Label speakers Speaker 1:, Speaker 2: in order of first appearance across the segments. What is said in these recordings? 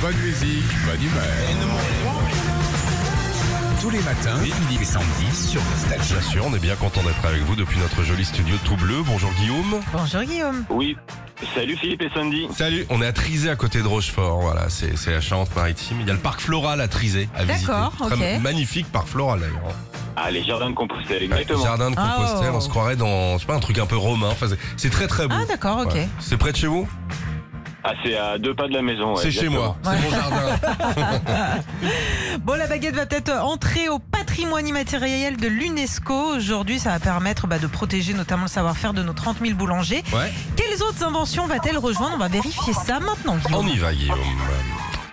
Speaker 1: Bonne musique, bonne humeur. Tous les matins, midi et samedi sur Nostalgie.
Speaker 2: Bien sûr, on est bien content d'être avec vous depuis notre joli studio tout bleu. Bonjour Guillaume.
Speaker 3: Bonjour Guillaume.
Speaker 4: Oui. Salut Philippe et Sandy.
Speaker 2: Salut, on est à Trisé à côté de Rochefort, voilà, c'est c'est la Charente-Maritime. Il y a le parc floral à Trisé à visiter.
Speaker 3: D'accord,
Speaker 2: Très
Speaker 3: ok.
Speaker 2: Magnifique parc floral d'ailleurs.
Speaker 4: Ah, les jardins de Compostelle,
Speaker 2: Ouais,
Speaker 4: exactement.
Speaker 2: Jardin de Compostelle,
Speaker 3: Oh.
Speaker 2: on se croirait dans, je sais pas, un truc un peu romain. Enfin, c'est- c'est très très beau.
Speaker 3: Ah d'accord, ok.
Speaker 2: Ouais. C'est près de chez vous
Speaker 4: Ah, c'est à deux pas de la maison. ouais,
Speaker 2: C'est chez
Speaker 4: exactement.
Speaker 2: moi, c'est mon jardin.
Speaker 3: Bon, la baguette va peut-être euh, entrer au patrimoine immatériel de l'UNESCO. Aujourd'hui, ça va permettre bah, de protéger notamment le savoir-faire de nos 30 000 boulangers.
Speaker 2: Ouais,
Speaker 3: Quelles autres inventions va-t-elle rejoindre On va vérifier ça maintenant,
Speaker 2: on
Speaker 3: Guillaume.
Speaker 2: y va Guillaume.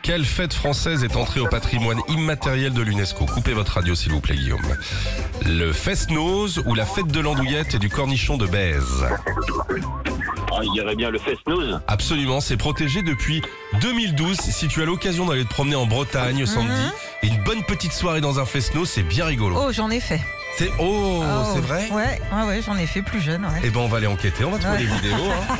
Speaker 2: Quelle fête française est entrée au patrimoine immatériel de l'UNESCO Coupez votre radio s'il vous plaît Guillaume. Le Fest-Nose ou la fête de l'andouillette et du cornichon de Bèze
Speaker 4: Ah, il y avait bien le fest nose.
Speaker 2: Absolument, c'est protégé depuis 2012. Si tu as l'occasion d'aller te promener en Bretagne samedi
Speaker 3: Mhm.
Speaker 2: et une bonne petite soirée dans un fesno, c'est bien rigolo.
Speaker 3: Oh, j'en ai fait.
Speaker 2: C'est oh,
Speaker 3: Oh,
Speaker 2: c'est vrai
Speaker 3: Ouais, ouais, ouais, j'en ai fait plus jeune. ouais.
Speaker 2: Eh ben on va aller enquêter, on va trouver
Speaker 3: Ouais.
Speaker 2: des vidéos. hein.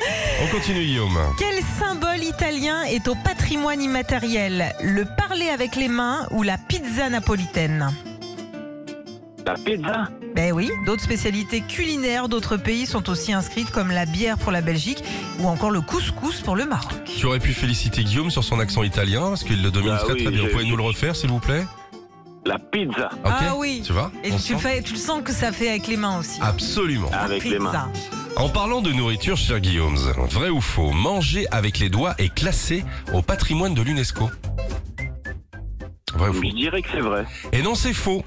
Speaker 2: on continue Guillaume.
Speaker 3: Quel symbole italien est au patrimoine immatériel Le parler avec les mains ou la pizza napolitaine
Speaker 4: La pizza.
Speaker 3: Ben oui, d'autres spécialités culinaires d'autres pays sont aussi inscrites comme la bière pour la Belgique ou encore le couscous pour le Maroc.
Speaker 2: Tu aurais pu féliciter Guillaume sur son accent italien parce qu'il le domine
Speaker 4: Bah
Speaker 2: très
Speaker 4: oui,
Speaker 2: très bien. Vous
Speaker 4: j'ai-
Speaker 2: pouvez nous le refaire s'il vous plaît
Speaker 4: La pizza.
Speaker 2: Ok.
Speaker 3: Ah oui.
Speaker 2: Tu vois
Speaker 3: Et
Speaker 2: On
Speaker 3: tu le,
Speaker 2: sent Ah,
Speaker 3: fais, Ah. tu le sens que ça fait avec les mains aussi.
Speaker 2: Absolument.
Speaker 4: Avec les mains.
Speaker 3: Pizza.
Speaker 2: En parlant de nourriture, cher Guillaume, vrai ou faux, manger avec les doigts est classé au patrimoine de l'UNESCO Vrai ou faux
Speaker 4: Je dirais que c'est vrai.
Speaker 2: Et non, c'est faux.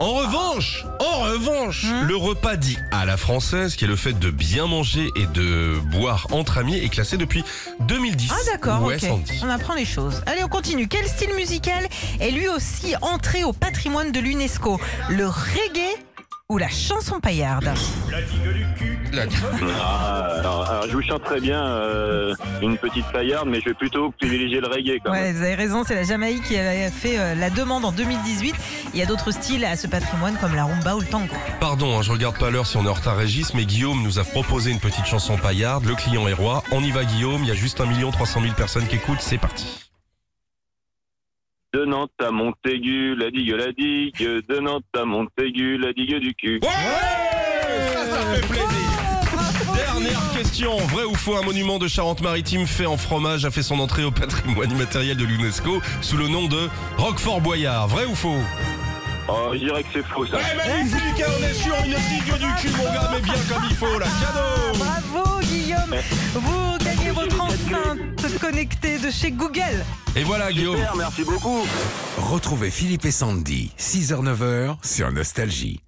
Speaker 2: En revanche, en revanche,
Speaker 3: Hmm.
Speaker 2: le repas dit à la française, qui est le fait de bien manger et de boire entre amis, est classé depuis 2010.
Speaker 3: Ah d'accord,
Speaker 2: ouais,
Speaker 3: ok.
Speaker 2: Sandy.
Speaker 3: On apprend les choses. Allez, on continue. Quel style musical est lui aussi entré au patrimoine de l'UNESCO Le reggae ou la chanson paillarde Hein.
Speaker 2: La-
Speaker 4: Ah, alors, alors, je vous chante très bien euh, une petite paillarde, mais je vais plutôt privilégier le reggae quand même.
Speaker 3: Ouais, vous avez raison, c'est la Jamaïque qui a fait euh, la demande en 2018. Il y a d'autres styles à ce patrimoine comme la rumba ou le tango.
Speaker 2: Pardon, hein, je regarde pas l'heure si on est en retard, Régis, mais Guillaume nous a proposé une petite chanson paillarde. Le client est roi. On y va, Guillaume. Il y a juste 1 300 000 personnes qui écoutent. C'est parti.
Speaker 4: De Nantes à Montaigu, la digue, la digue. De Nantes à Montaigu, la digue du cul.
Speaker 2: Ouais ça, ça fait plaisir. Dernière question, vrai ou faux, un monument de Charente-Maritime fait en fromage a fait son entrée au patrimoine immatériel de l'UNESCO sous le nom de Roquefort Boyard, vrai ou faux
Speaker 4: Oh, je dirais que c'est faux ça.
Speaker 2: magnifique, hein, on est sur une digue du cul, mon gars, mais bien comme il faut, là, cadeau
Speaker 3: Bravo Guillaume Vous gagnez votre enceinte connectée de chez Google.
Speaker 2: Et voilà Guillaume
Speaker 4: Super, merci beaucoup.
Speaker 1: Retrouvez Philippe et Sandy, 6h-9h sur Nostalgie.